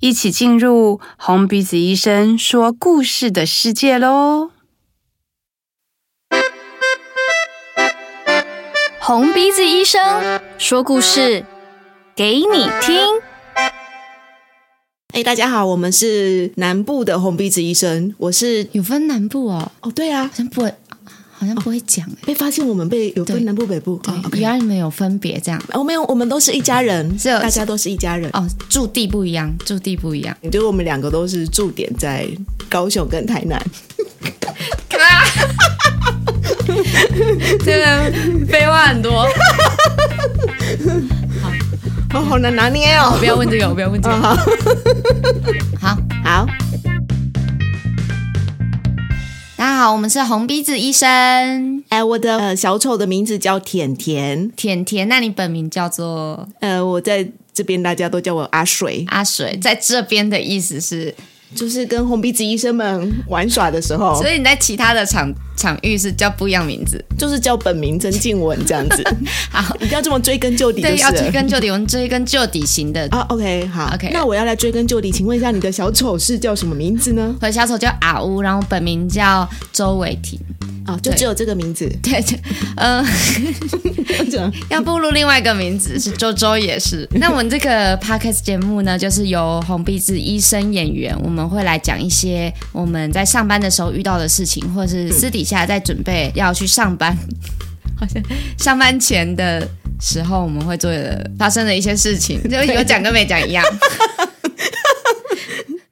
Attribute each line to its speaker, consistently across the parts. Speaker 1: 一起进入红鼻子医生说故事的世界喽！
Speaker 2: 红鼻子医生说故事给你听。
Speaker 3: 哎、大家好，我们是南部的红鼻子医生，我是
Speaker 4: 有分南部哦，
Speaker 3: 哦，对啊
Speaker 4: 好，像不会，好像不会讲哎、
Speaker 3: 被发现我们被有分
Speaker 4: 对
Speaker 3: 南部北部，
Speaker 4: 对
Speaker 3: 哦，，OK
Speaker 4: 原来你们有分别这样
Speaker 3: 哦，没有，我们都是一家人，
Speaker 4: 是有
Speaker 3: 大家都是一家人，
Speaker 4: 哦，驻地不一样，驻地不一样。
Speaker 3: 就是我们两个都是驻点在高雄跟台南，
Speaker 4: 这个废话很多，
Speaker 3: 哦，好难拿捏哦。
Speaker 4: 不要问这个，我不要问这个。
Speaker 3: 好
Speaker 4: 好，
Speaker 3: 好，
Speaker 4: 大家好，我们是红鼻子医生
Speaker 3: 哎、我的、呃、小丑的名字叫甜甜，
Speaker 4: 甜甜，那你本名叫做
Speaker 3: 呃，我在这边大家都叫我阿水，
Speaker 4: 阿水，在这边的意思是，
Speaker 3: 就是跟红鼻子医生们玩耍的时候
Speaker 4: 所，以你在其他的场场域是叫不一样名字。
Speaker 3: 就是叫本名曾静文这样子，
Speaker 4: 好，
Speaker 3: 一定要这么追根究底，
Speaker 4: 对，
Speaker 3: 就是
Speaker 4: 要
Speaker 3: 了
Speaker 4: 追根究底，我们追根究底型的。
Speaker 3: 啊，OK，好
Speaker 4: OK
Speaker 3: 那我要来追根究底，请问一下你的小丑是叫什么名字呢？
Speaker 4: 我的小丑叫阿乌，然后本名叫周伟婷。
Speaker 3: 啊，就
Speaker 4: 对
Speaker 3: 只有这个名字，
Speaker 4: 对对，嗯、
Speaker 3: 这样
Speaker 4: 要步入另外一个名字是周周也 是。那我们这个 podcast 节目呢，就是由红鼻子医生演员，我们会来讲一些我们在上班的时候遇到的事情，或是私底下在准备要去上班， 好像上班前的时候我们会做的发生的一些事 情，就有讲跟没讲 一样。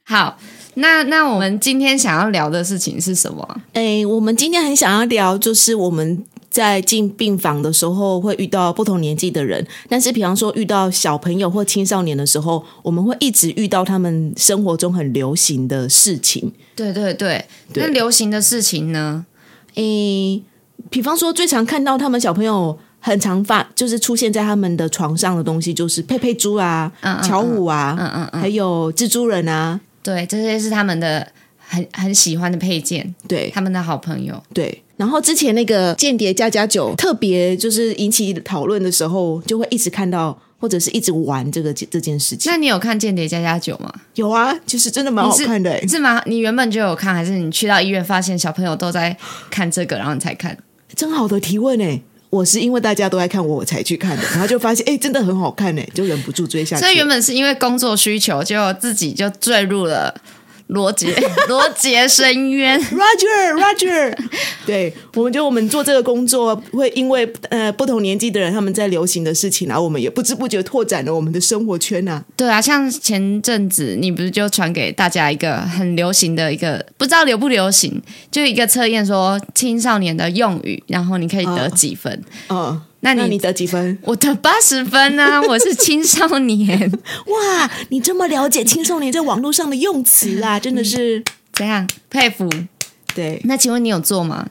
Speaker 4: 好，那那我们今天想要聊的事情是什么？
Speaker 3: 哎，我们今天很想要聊，就是我们。在进病房的时候会遇到不同年纪的人，但是比方说遇到小朋友或青少年的时候，我们会一直遇到他们生活中很流行的事情。
Speaker 4: 对对对，
Speaker 3: 对
Speaker 4: 那流行的事情呢？
Speaker 3: 诶，哎比方说最常看到他们小朋友很常发，就是出现在他们的床上的东西，就是佩佩猪啊、
Speaker 4: 嗯嗯
Speaker 3: 巧虎啊，
Speaker 4: 嗯嗯嗯
Speaker 3: 还有蜘蛛人啊，
Speaker 4: 对，这些是他们的很很喜欢的配件，
Speaker 3: 对
Speaker 4: 他们的好朋友。
Speaker 3: 对。然后之前那个《间谍加加酒》特别就是引起讨论的时候，就会一直看到或者是一直玩这个这件事情。
Speaker 4: 那你有看《间谍加加酒》吗？
Speaker 3: 有啊，其实真的蛮好看的、欸
Speaker 4: 你是，是吗？你原本就有看，还是你去到医院发现小朋友都在看这个，然后你才看？
Speaker 3: 真好的提问哎、我是因为大家都在看我，我才去 看的，然后就发现哎、真的很好看哎、就忍不住追下去。
Speaker 4: 所以原本是因为工作需求，就自己就坠入了罗杰 罗杰深渊。
Speaker 3: Roger Roger，对， 我们觉得我们做这个工作会因为呃不同年纪的人他们在流行的事情，然后我们也不知不觉拓展了我们的生活圈呐、
Speaker 4: 对啊，像前阵子你不是就传给大家一个很流行的一个，不知道流不流行，就一个测验说青少年的用语，然后你可以得几分？
Speaker 3: 嗯，
Speaker 4: 那你
Speaker 3: 哦那你得几分？
Speaker 4: 我得八十分啊，我是青少年，
Speaker 3: 哇，你这么了解青少年在网络上的用词 啦，真的是
Speaker 4: 怎样？佩服。
Speaker 3: 嗯对，
Speaker 4: 那请问你有做吗？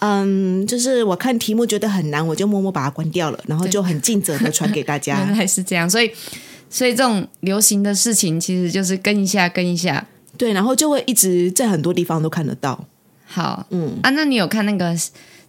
Speaker 3: 嗯，就是我看题目觉得很难，我就默默把它关掉了，然后就很尽责的传给大
Speaker 4: 原
Speaker 3: 家。
Speaker 4: 来是这样，所以所以这种流行的事情其实就是跟一下跟一下。
Speaker 3: 对，然后就会一直在很多地方都看得到。
Speaker 4: 好，
Speaker 3: 嗯，
Speaker 4: 啊，那你有看那个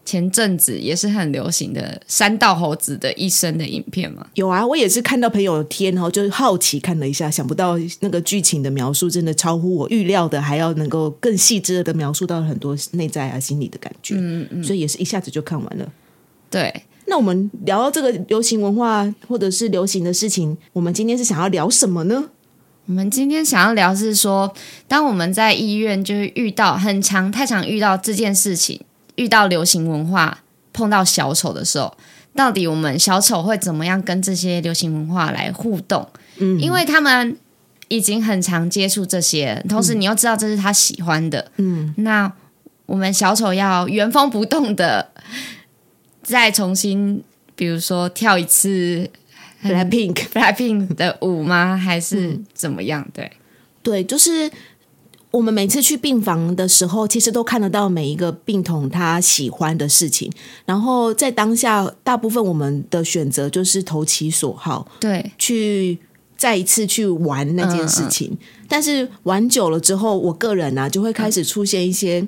Speaker 4: 前阵子也是很流行的山道猴子的一生的影片吗？
Speaker 3: 有啊，我也是看到朋友贴，然后就是好奇看了一下，想不到那个剧情的描述真的超乎我预料的，还要能够更细致的描述到很多内在啊、心理的感觉。嗯嗯，所以也是一下子就看完了。
Speaker 4: 对，
Speaker 3: 那我们聊到这个流行文化或者是流行的事情，我们今天是想要聊什么呢？
Speaker 4: 我们今天想要聊是说，当我们在医院就是遇到很常太常遇到这件事情，遇到流行文化，碰到小丑的时候，到底我们小丑会怎么样跟这些流行文化来互动？嗯，因为他们已经很常接触这些，同时你又知道这是他喜欢的，嗯，那我们小丑要原封不动的再重新，比如说跳一次
Speaker 3: Blackpink，
Speaker 4: 嗯 Blackpink 的舞吗？还是怎么样？对。
Speaker 3: 对，就是我们每次去病房的时候，其实都看得到每一个病童他喜欢的事情。然后在当下，大部分我们的选择就是投其所好，
Speaker 4: 对，
Speaker 3: 去再一次去玩那件事情。但是玩久了之后，我个人啊就会开始出现一些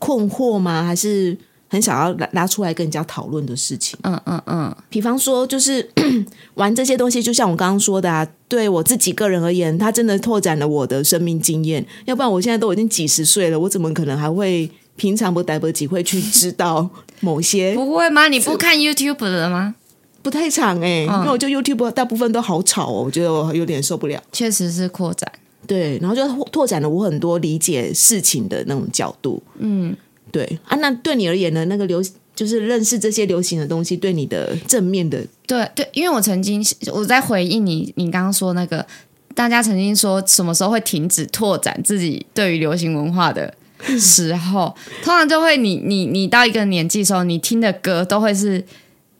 Speaker 3: 困惑吗？还是很想要拉拉出来跟人家讨论的事情。
Speaker 4: 嗯嗯嗯，
Speaker 3: 比方说，就是 玩这些东西，就像我刚刚说的啊，对我自己个人而言，它真的拓展了我的生命经验。要不然我现在都已经几十岁了，我怎么可能还会平常不逮不几会去知道某些
Speaker 4: 不会吗？你不看 YouTube 的吗？
Speaker 3: 不太长哎、欸？因为我就 YouTube 大部分都好吵哦，我觉得我有点受不了。
Speaker 4: 确实是扩展，
Speaker 3: 对，然后就拓拓展了我很多理解事情的那种角度。嗯，对啊，那对你而言呢？那个流就是认识这些流行的东西，对你的正面的
Speaker 4: 对对，因为我曾经我在回应你，你刚刚说那个，大家曾经说什么时候会停止拓展自己对于流行文化的时 候，通常就会你你你到一个年纪的时候，你听的歌都会是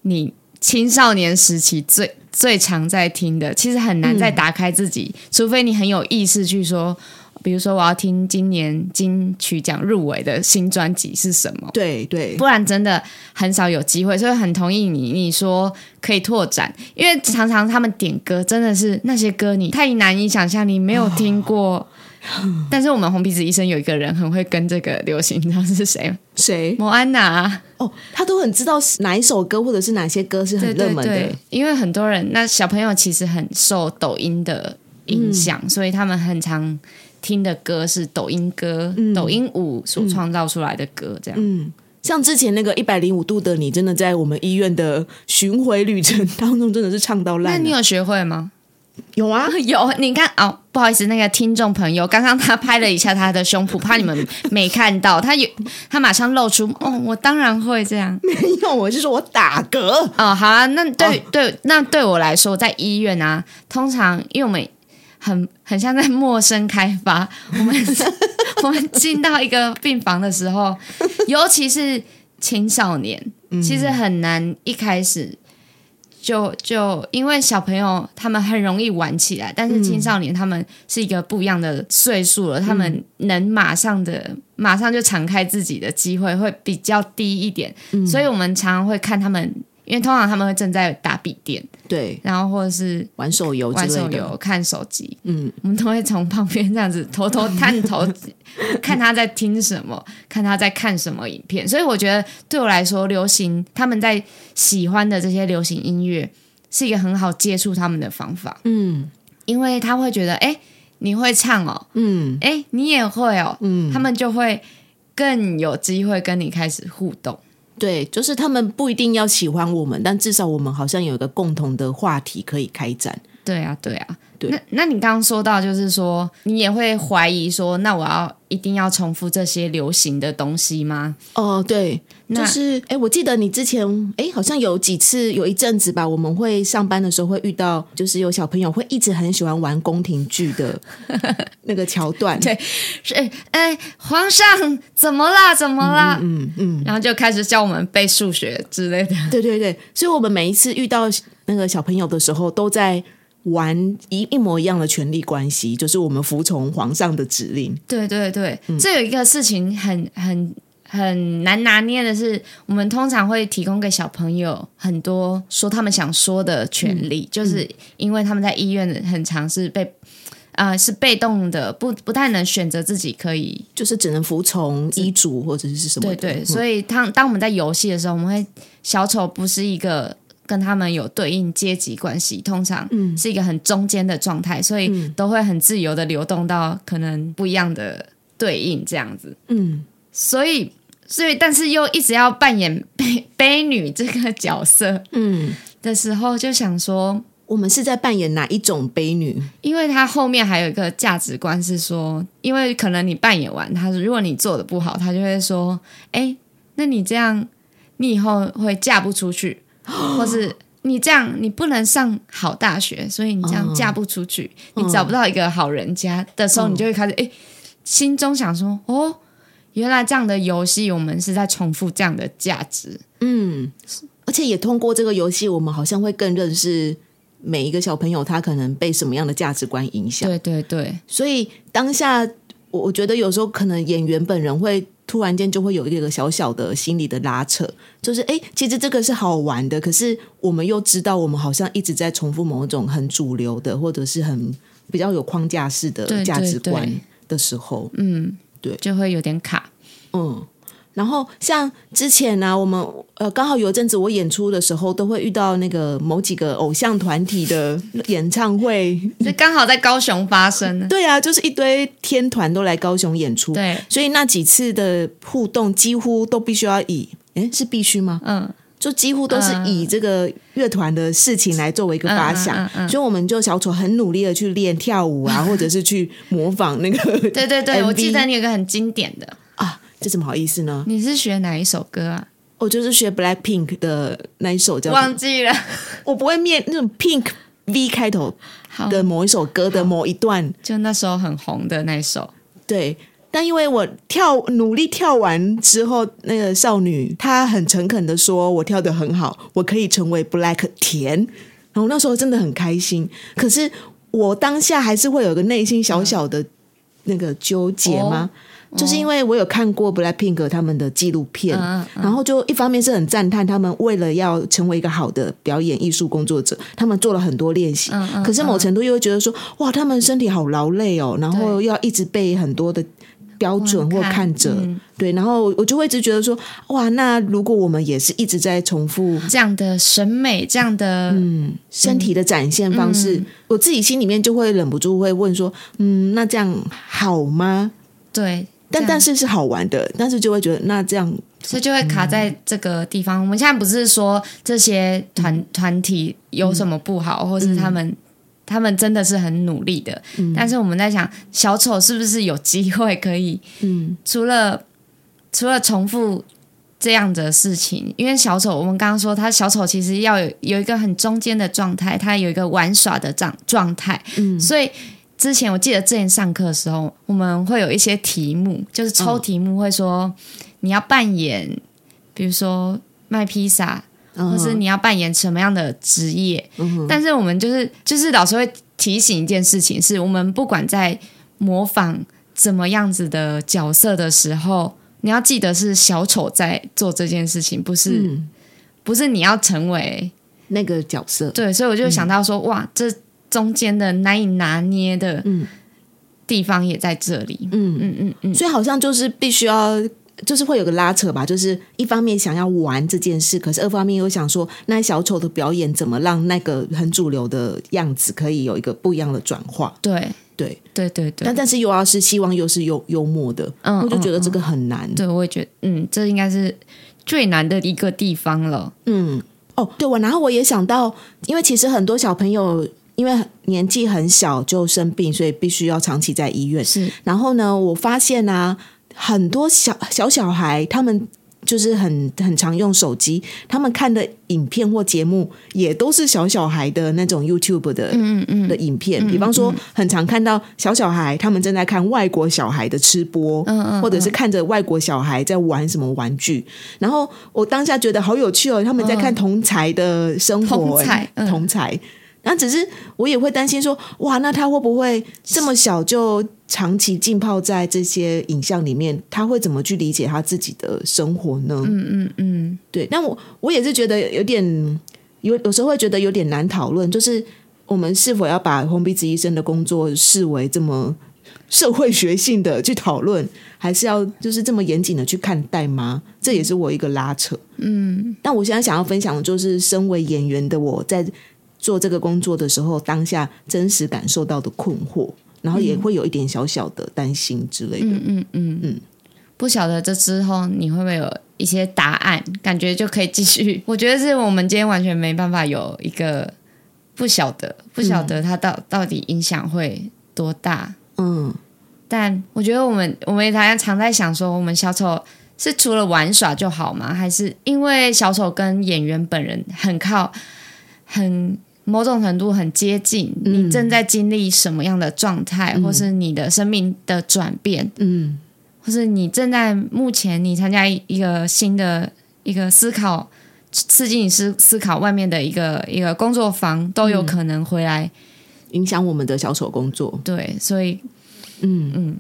Speaker 4: 你青少年时期最最常在听的，其实很难再打开自己，除非你很有意识去说。比如说，我要听今年金曲奖入围的新专辑是什么？
Speaker 3: 对对
Speaker 4: 不然真的很少有机会，所以很同意你你说可以拓展，因为常常他们点歌真的是那些歌你太难以想象，你没有听过。
Speaker 3: 哦
Speaker 4: 但是我们红鼻子医生有一个人很会跟这个流行，你知道 是谁吗？啊
Speaker 3: 谁
Speaker 4: 摩安娜，
Speaker 3: 哦，他都很知道是哪一首歌或者是哪些歌是很
Speaker 4: 对
Speaker 3: 热
Speaker 4: 对
Speaker 3: 门的。
Speaker 4: 对，因为很多人那小朋友其实很受抖音的影响，
Speaker 3: 嗯
Speaker 4: 所以他们很常听的歌是抖音歌、
Speaker 3: 嗯
Speaker 4: 抖音舞所创造出来的歌，这样。
Speaker 3: 像之前那个一百零五度的你，真的在我们医院的巡回旅程当中，真的是唱到烂
Speaker 4: 那
Speaker 3: 啊。
Speaker 4: 你有学会吗？
Speaker 3: 有啊？
Speaker 4: 有，你看哦，不好意思，那个听众朋友，刚刚他拍了一下他的胸脯，怕你们没看到，他有， 他马上露出，哦，我当然会这样。
Speaker 3: 没有，我是说我打嗝。
Speaker 4: 哦，好啊，那对、对，那对我来说，在医院啊，通常因为我们很很像在陌生开发，我们我们进到一个病房的时候，尤其是青少年，
Speaker 3: 嗯
Speaker 4: 其实很难一开始就就因为小朋友他们很容易玩起来，但是青少年他们是一个不一样的岁数了，他们能马上的马上就敞开自己的机会会比较低一点，
Speaker 3: 嗯
Speaker 4: 所以我们常常会看他们。因为通常他们会正在打笔电，
Speaker 3: 对，
Speaker 4: 然后或者是
Speaker 3: 玩手游之
Speaker 4: 玩
Speaker 3: 类
Speaker 4: 手
Speaker 3: 的。
Speaker 4: 游、看手机，
Speaker 3: 嗯，
Speaker 4: 我们都会从旁边这样子偷偷探头，看他在听什么， 看他在看什么影片。所以我觉得对我来说，流行他们在喜欢的这些流行音乐是一个很好接触他们的方法。
Speaker 3: 嗯
Speaker 4: 因为他会觉得，哎、你会唱哦，
Speaker 3: 嗯
Speaker 4: 哎、你也会哦，
Speaker 3: 嗯，
Speaker 4: 他们就会更有机会跟你开始互动。
Speaker 3: 对，就是他们不一定要喜欢我们，但至少我们好像有一个共同的话题可以开展。
Speaker 4: 对啊，对啊，
Speaker 3: 对
Speaker 4: 那那你刚刚说到，就是说你也会怀疑说，那我要一定要重复这些流行的东西吗？
Speaker 3: 哦，对，
Speaker 4: 那
Speaker 3: 就是哎、诶我记得你之前哎、诶好像有几次有一阵子吧，我们会上班的时候会遇到，就是有小朋友会一直很喜欢玩宫廷剧的那个桥段。
Speaker 4: 对是哎哎，皇上怎么啦？怎么啦？嗯嗯，然后就开始教我们背数学之类的。
Speaker 3: 对对对，所以我们每一次遇到那个小朋友的时候，都在玩一一模一样的权力关系，就是我们服从皇上的指令。
Speaker 4: 对对对，这有一个事情很很很难拿捏的是，我们通常会提供给小朋友很多说他们想说的权利，就是因为他们在医院很常是被。啊，是被动的，不不太能选择自己可以
Speaker 3: 就是只能服从医嘱或者是什么
Speaker 4: 对
Speaker 3: 的，
Speaker 4: 对，
Speaker 3: 嗯
Speaker 4: 所以当当我们在游戏的时候，我们会小丑不是一个跟他们有对应阶级关系，通常是一个很中间的状态，所以都会很自由的流动到可能不一样的对应这样子。
Speaker 3: 嗯，
Speaker 4: 所以所以但是又一直要扮演 悲悲女这个角色，
Speaker 3: 嗯，
Speaker 4: 的时候，就想说，
Speaker 3: 我们是在扮演哪一种悲女？
Speaker 4: 因为他后面还有一个价值观是说，因为可能你扮演完他，如果你做的不好，他就会说：“哎，那你这样，你以后会嫁不出去，或是你这样你不能上好大学，所以你这样
Speaker 3: 嗯
Speaker 4: 嫁不出去，你找不到一个好人家的时候，你就会开始哎，心中想说哦。”原来这样的游戏，我们是在重复这样的价值，
Speaker 3: 嗯，而且也通过这个游戏，我们好像会更认识每一个小朋友，他可能被什么样的价值观影响。
Speaker 4: 对对对，
Speaker 3: 所以当下我我觉得有时候可能演员本人会突然间就会有一个小小的心理的拉扯，就是哎，诶其实这个是好玩的，可是我们又知道我们好像一直在重复某种很主流的，或者是很比较有框架式的
Speaker 4: 对
Speaker 3: 价值
Speaker 4: 对
Speaker 3: 观
Speaker 4: 对
Speaker 3: 的时候，
Speaker 4: 嗯，
Speaker 3: 对
Speaker 4: 就会有点卡。
Speaker 3: 嗯，然后像之前呢、我们呃刚好有一阵子我演出的时候，都会遇到那个某几个偶像团体的演唱 会。
Speaker 4: 这刚好在高雄发生呢。
Speaker 3: 对啊，就是一堆天团都来高雄演出，
Speaker 4: 对，
Speaker 3: 所以那几次的互动几乎都必须要以，诶，是必须吗？
Speaker 4: 嗯，
Speaker 3: 就几乎都是以这个乐团的事情来作为一个发想，
Speaker 4: 嗯嗯嗯嗯
Speaker 3: 所以我们就小丑很努力的去练跳舞 啊，或者是去模仿那个 MV。
Speaker 4: 对对对，我记得你有个很经典的，
Speaker 3: 啊，这怎么好意思呢？
Speaker 4: 你是学哪一首歌啊？
Speaker 3: 我就是学 Black Pink 的那一首叫
Speaker 4: 忘记了，
Speaker 3: 我不会念那种 Pink V 开头
Speaker 4: 好，
Speaker 3: 的某一首歌的某一段，
Speaker 4: 就那时候很红的那一首。
Speaker 3: 对。但因为我跳努力跳完之后，那个少女她很诚恳的说，我跳的很好，我可以成为 Black 田。然后那时候真的很开心，可是我当下还是会有个内心小小的那个纠结吗？
Speaker 4: 哦
Speaker 3: 就是因为我有看过 BLACKPINK 他们的纪录片，
Speaker 4: 嗯
Speaker 3: 然后就一方面是很赞叹他们为了要成为一个好的表演艺术工作者，他们做了很多练习。
Speaker 4: 嗯
Speaker 3: 可是某程度又会觉得说，哇，他们身体好劳累哦，然后要一直被很多的
Speaker 4: 嗯
Speaker 3: 标准或
Speaker 4: 观看
Speaker 3: 看着，
Speaker 4: 嗯
Speaker 3: 对，然后我就会一直觉得说，哇，那如果我们也是一直在重复
Speaker 4: 这样的审美，这样的
Speaker 3: 嗯，身体的展现方式，
Speaker 4: 嗯
Speaker 3: 我自己心里面就会忍不住会问说，嗯，那这样好吗？
Speaker 4: 对，
Speaker 3: 但
Speaker 4: 这样
Speaker 3: 但是是好玩的，但是就会觉得那这样
Speaker 4: 所以就会卡在这个地方。我们现在不是说这些团团体有什么不好，或是他们他们真的是很努力的，但是我们在想，小丑是不是有机会可以，
Speaker 3: 嗯，
Speaker 4: 除了除了重复。这样的事情，因为小丑，我们刚刚说他小丑其实要有有一个很中间的状态，他有一个玩耍的状状态，嗯，所以之前我记得之前上课的时候，我们会有一些题目，就是抽题目会说、你要扮演，比如说卖披萨，
Speaker 3: 嗯
Speaker 4: 或是你要扮演什么样的职业。但是我们就是就是老师会提醒一件事情，是我们不管在模仿怎么样子的角色的时候，你要记得是小丑在做这件事情，不是、
Speaker 3: 嗯
Speaker 4: 不是你要成为
Speaker 3: 那个角色，
Speaker 4: 对，所以我就想到说，哇，这中间的难以拿捏的
Speaker 3: 嗯
Speaker 4: 地方也在这里。
Speaker 3: 嗯
Speaker 4: 嗯嗯嗯，
Speaker 3: 所以好像就是必须要。就是会有个拉扯吧，就是一方面想要玩这件事，可是二方面又想说，那小丑的表演怎么让那个很主流的样子可以有一个不一样的转化？
Speaker 4: 对
Speaker 3: 对，
Speaker 4: 对对对。
Speaker 3: 但但是又要是希望又是幽幽默的，
Speaker 4: 嗯
Speaker 3: 我就觉得
Speaker 4: 嗯
Speaker 3: 这个很难。
Speaker 4: 对，我也觉得，嗯，这应该是最难的一个地方了。
Speaker 3: 嗯，哦，对，我然后我也想到，因为其实很多小朋友因为年纪很小就生病，所以必须要长期在医院。
Speaker 4: 是，
Speaker 3: 然后呢，我发现啊，很多小小小孩他们。就是很很常用手机，他们看的影片或节目也都是小小孩的那种 YouTube 的
Speaker 4: 嗯嗯
Speaker 3: 的影片，比方说很常看到小小孩他们正在看外国小孩的吃播，
Speaker 4: 嗯嗯
Speaker 3: 或者是看着外国小孩在玩什么玩具，然后我当下觉得好有趣哦，他们在看同才的生活，
Speaker 4: 同才
Speaker 3: 哎
Speaker 4: 嗯
Speaker 3: 同才。那只是我也会担心说，哇，那他会不会这么小就长期浸泡在这些影像里面？他会怎么去理解他自己的生活呢？
Speaker 4: 嗯嗯嗯，
Speaker 3: 对，但我我也是觉得有点有有时候会觉得有点难讨论，就是我们是否要把红鼻子医生的工作视为这么社会学性的去讨论，还是要就是这么严谨的去看待吗？这也是我一个拉扯。嗯，但我现在想要分享的就是，身为演员的我在做这个工作的时候，当下真实感受到的困惑，然后也会有一点小小的担心之类的。
Speaker 4: 嗯不晓得这之后你会不会有一些答案？感觉就可以继续。我觉得是我们今天完全没办法有一个不晓得，不晓得它到、到底影响会多大。
Speaker 3: 嗯
Speaker 4: 但我觉得我们我们也常常在想说，我们小丑是除了玩耍就好吗？还是因为小丑跟演员本人很靠很某种程度很接近，
Speaker 3: 嗯
Speaker 4: 你正在经历什么样的状态，或是你的生命的转变，
Speaker 3: 嗯
Speaker 4: 或是你正在目前你参加一个新的一个思考，刺激你思思考外面的一个一个工作坊，都有可能回来。
Speaker 3: 影响我们的小丑工作。
Speaker 4: 对，所以
Speaker 3: 嗯，
Speaker 4: 嗯
Speaker 3: 嗯，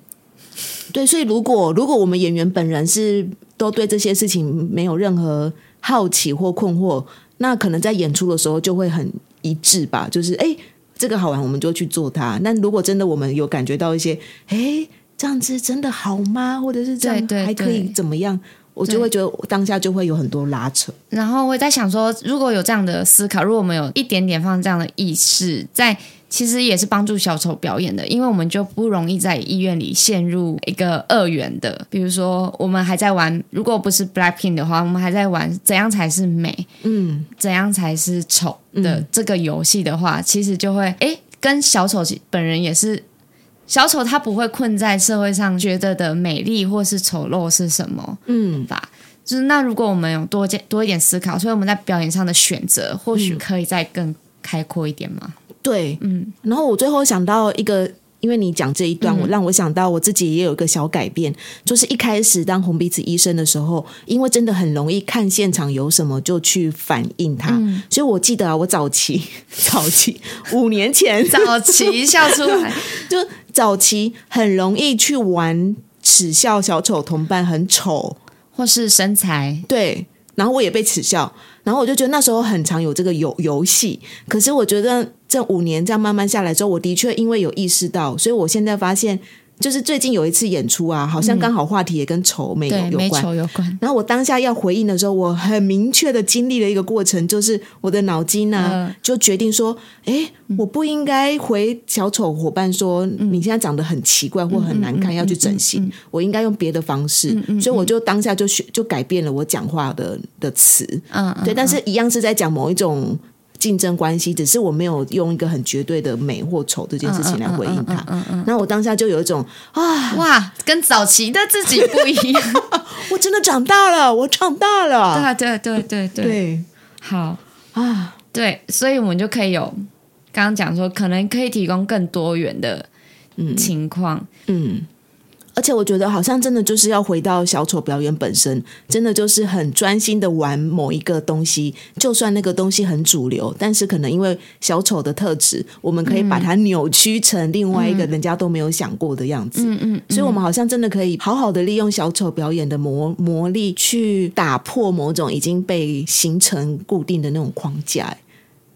Speaker 3: 对，所以如果如果我们演员本人是都对这些事情没有任何好奇或困惑，那可能在演出的时候就会很一致吧，就是哎，诶这个好玩我们就去做它。那如果真的我们有感觉到一些，哎，这样子真的好吗？或者是这样
Speaker 4: 对对
Speaker 3: 还可以
Speaker 4: 对
Speaker 3: 怎么样？我就会觉得我当下就会有很多拉扯。
Speaker 4: 然后我也在想说，如果有这样的思考，如果我们有一点点放这样的意识在。其实也是帮助小丑表演的，因为我们就不容易在医院里陷入一个二元的，比如说我们还在玩，如果不是 Blackpink 的话，我们还在玩怎样才是美，
Speaker 3: 嗯，
Speaker 4: 怎样才是丑的这个游戏的话，其实就会诶，跟小丑其本人也是，小丑他不会困在社会上觉得的美丽或是丑陋是什么，嗯吧。就是那如果我们有多加多一点思考，所以我们在表演上的选择或
Speaker 3: 嗯
Speaker 4: 许可以再更开阔一点嘛。
Speaker 3: 对，嗯。然后我最后想到一个，因为你讲这一段，我让我想到我自己也有一个小改变，就是一开始当红鼻子医生的时候，因为真的很容易看现场有什么就去反应它，所以我记得啊，我早期 早期五年前
Speaker 4: 早期笑出来，
Speaker 3: 就早期很容易去玩耻笑小丑同伴很丑，
Speaker 4: 或是 身材，
Speaker 3: 对，然后我也被耻笑，然后我就觉得那时候很常有这个游游戏，可是我觉得这五年这样慢慢下来之后，我的确因为有意识到，所以我现在发现，就是最近有一次演出啊，好像刚好话题也跟丑美
Speaker 4: 对，
Speaker 3: 有有
Speaker 4: 美
Speaker 3: 关。
Speaker 4: 丑有关。
Speaker 3: 然后我当下要回应的时候，我很明确的经历了一个过程，就是我的脑筋呢、
Speaker 4: 嗯
Speaker 3: 就决定说，哎，我不应该回小丑伙伴说、
Speaker 4: 嗯
Speaker 3: 你现在长得很奇怪或很难看，要去整形，我应该用别的方式，
Speaker 4: 嗯
Speaker 3: 所以我就当下就学就改变了我讲话的的词，
Speaker 4: 嗯，嗯
Speaker 3: 对，但
Speaker 4: 嗯
Speaker 3: 是一样是在讲某一种竞争关系，只是我没有用一个很绝对的美或丑这件事
Speaker 4: 嗯
Speaker 3: 情来回应他。那我当下就有一种啊，
Speaker 4: 哇，跟早期的自己不一 样。
Speaker 3: 我真的长大了，我长大了，
Speaker 4: 对对对对对，
Speaker 3: 对
Speaker 4: 好，
Speaker 3: 啊，
Speaker 4: 对，所以我们就可以有刚刚讲说，可能可以提供更多元的情况。
Speaker 3: 嗯。而且我觉得好像真的就是要回到小丑表演本身，真的就是很专心的玩某一个东西，就算那个东西很主流，但是可能因为小丑的特质，我们可以把它扭曲成另外一个人家都没有想过的样子。
Speaker 4: 嗯嗯，
Speaker 3: 所以我们好像真的可以好好的利用小丑表演的魔魔力，去打破某种已经被形成固定的那种框架。欸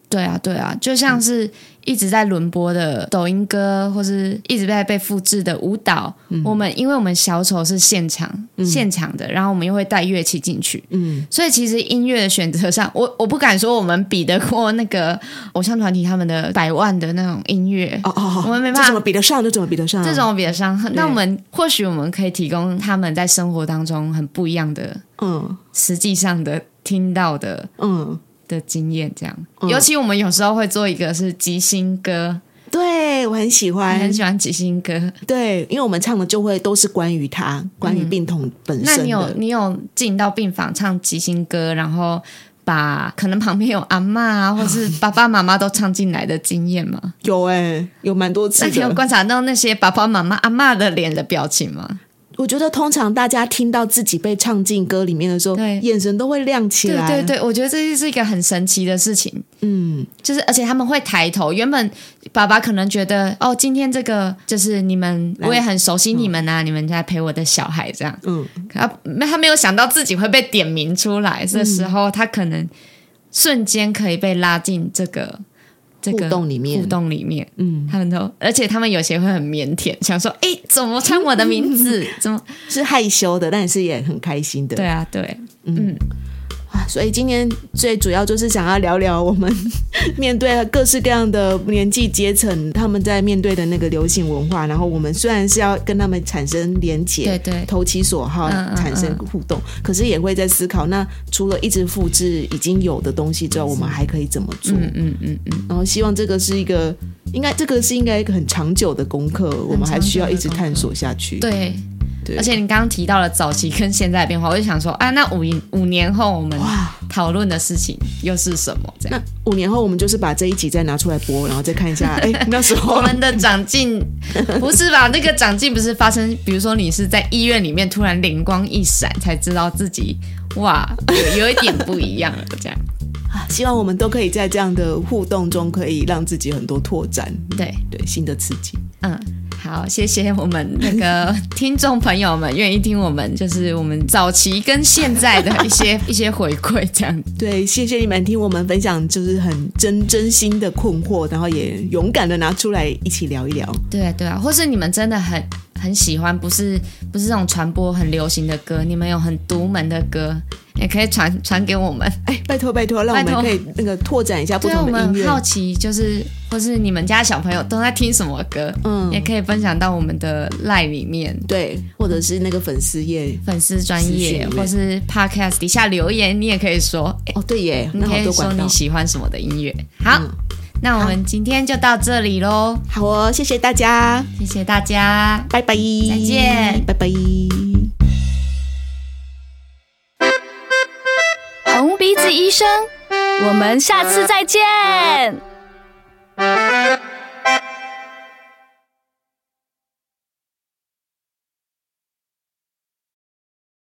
Speaker 4: 对啊对啊，就
Speaker 3: 嗯
Speaker 4: 像是一直在轮播的抖音歌，或是一直在被复制的舞蹈。
Speaker 3: 嗯
Speaker 4: 我们因为我们小丑是现场、现场的，然后我们又会带乐器进去，
Speaker 3: 嗯，
Speaker 4: 所以其实音乐的选择上，我我不敢说我们比得过那个偶像团体他们的百万的那种音乐。
Speaker 3: 哦哦，
Speaker 4: 我们没
Speaker 3: 这
Speaker 4: 办法
Speaker 3: 怎么比得上？这怎么比得上？
Speaker 4: 这种比得上，那
Speaker 3: 啊对
Speaker 4: 我们或许我们可以提供他们在生活当中很不一样的、
Speaker 3: 嗯
Speaker 4: 实际上的听到的
Speaker 3: 嗯，
Speaker 4: 的经验，这样。
Speaker 3: 嗯
Speaker 4: 尤其我们有时候会做一个是即兴歌，
Speaker 3: 对我很喜
Speaker 4: 我
Speaker 3: 欢
Speaker 4: 很。喜欢即兴歌。
Speaker 3: 对，因为我们唱的就会都是关于他，关于病童本
Speaker 4: 嗯那
Speaker 3: 身
Speaker 4: 你有
Speaker 3: 的。
Speaker 4: 你有进到病房唱即兴歌，然后把可能旁边有阿 嬷啊，或是爸爸妈妈都唱进来的经验吗？
Speaker 3: 有哎、欸有蛮多次
Speaker 4: 那你有
Speaker 3: 的。
Speaker 4: 观察到那些爸爸妈妈、阿嬷的脸的表情吗？
Speaker 3: 我觉得通常大家听到自己被唱进歌里面的时候，
Speaker 4: 对
Speaker 3: 眼神都会亮起
Speaker 4: 对
Speaker 3: 来。
Speaker 4: 对，对，我觉得这就是一个很神奇的事情。
Speaker 3: 嗯，
Speaker 4: 就是，而且他们会抬头。原本爸爸可能觉得，哦，今天这个就是你们，
Speaker 3: 来
Speaker 4: 我也很熟悉你们啊，你们在陪我的小孩这样。
Speaker 3: 嗯，
Speaker 4: 他啊他没有想到自己会被点名出来，这
Speaker 3: 嗯
Speaker 4: 时候他可能瞬间可以被拉进这个这个
Speaker 3: 互动里面
Speaker 4: 互动里面。
Speaker 3: 嗯，
Speaker 4: 他们都，而且他们有些会很腼腆，想说，哎，怎么唱我的名字？ 怎么？
Speaker 3: 是害羞的，但是也很开心的。
Speaker 4: 对啊，对，
Speaker 3: 啊，所以今天最主要就是想要聊聊我们 面对各式各样的年纪阶层，他们在面对的那个流行文化，然后我们虽然是要跟他们产生连结，
Speaker 4: 对对
Speaker 3: 投其所好，
Speaker 4: 嗯嗯
Speaker 3: 产生互动，可是也会在思考，那除了一直复制已经有的东西之外，我们还可以怎么做？
Speaker 4: 嗯嗯嗯嗯，
Speaker 3: 然后希望这个是一个，应该这个是应该一个很长久的功课，我们还需要一直探索下去。
Speaker 4: 对。
Speaker 3: 对，
Speaker 4: 而且你刚刚提到了早期跟现在的变化，我就想说，啊，那五一五年后我们
Speaker 3: 哇。
Speaker 4: 讨论的事情又是什么？这样
Speaker 3: 那五年后，我们就是把这一集再拿出来播，然后再看一下， 哎、那时候
Speaker 4: 我们的长 进不是吧？那个长进不是发生，比如说你是在医院里面突然灵光一闪，才知道自己哇有有一点不一样了，这样
Speaker 3: 希望我们都可以在这样的互动中，可以让自己很多拓展，
Speaker 4: 对，
Speaker 3: 对新的刺激。
Speaker 4: 嗯，好，谢谢我们那个呃听众朋友们愿意听我们，就是我们早期跟现在的一些 一些回馈，这样
Speaker 3: 对，谢谢你们听我们分享，就是很真真心的困惑，然后也勇敢的拿出来一起聊一聊。
Speaker 4: 对啊对啊，或是你们真的很很喜欢，不是不是那种传播很流行的歌，你们有很独门的歌，也可以传传给我们。
Speaker 3: 哎，拜托拜托，让我
Speaker 4: 拜
Speaker 3: 们
Speaker 4: 托
Speaker 3: 可以那个拓展一下不
Speaker 4: 对啊，我
Speaker 3: 同的音
Speaker 4: 们
Speaker 3: 乐。
Speaker 4: 好奇就是，或是你们家小朋友都在听什么歌，
Speaker 3: 嗯
Speaker 4: 也可以分享到我们的 line 里面。
Speaker 3: 对，或者是那个粉丝页。
Speaker 4: 粉丝专
Speaker 3: 私
Speaker 4: 业
Speaker 3: 讯里面
Speaker 4: 或是 podcast 底下留言，你也可以说，哎
Speaker 3: 哦，对耶，
Speaker 4: 你
Speaker 3: 那
Speaker 4: 可
Speaker 3: 好
Speaker 4: 以
Speaker 3: 多
Speaker 4: 说
Speaker 3: 管道嗯
Speaker 4: 你。喜欢什么的音乐。好，那我们今天就到这里喽，
Speaker 3: 好哦，谢谢大家，
Speaker 4: 谢谢大家。
Speaker 3: 拜拜，再
Speaker 4: 见
Speaker 3: 拜拜。
Speaker 2: 红鼻子医生，我们下次再见。